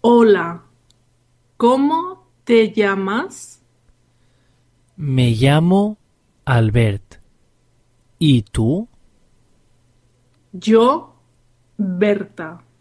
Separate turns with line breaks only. Hola, ¿cómo te llamas?
Me llamo Albert. ¿Y tú?
Yo, Berta.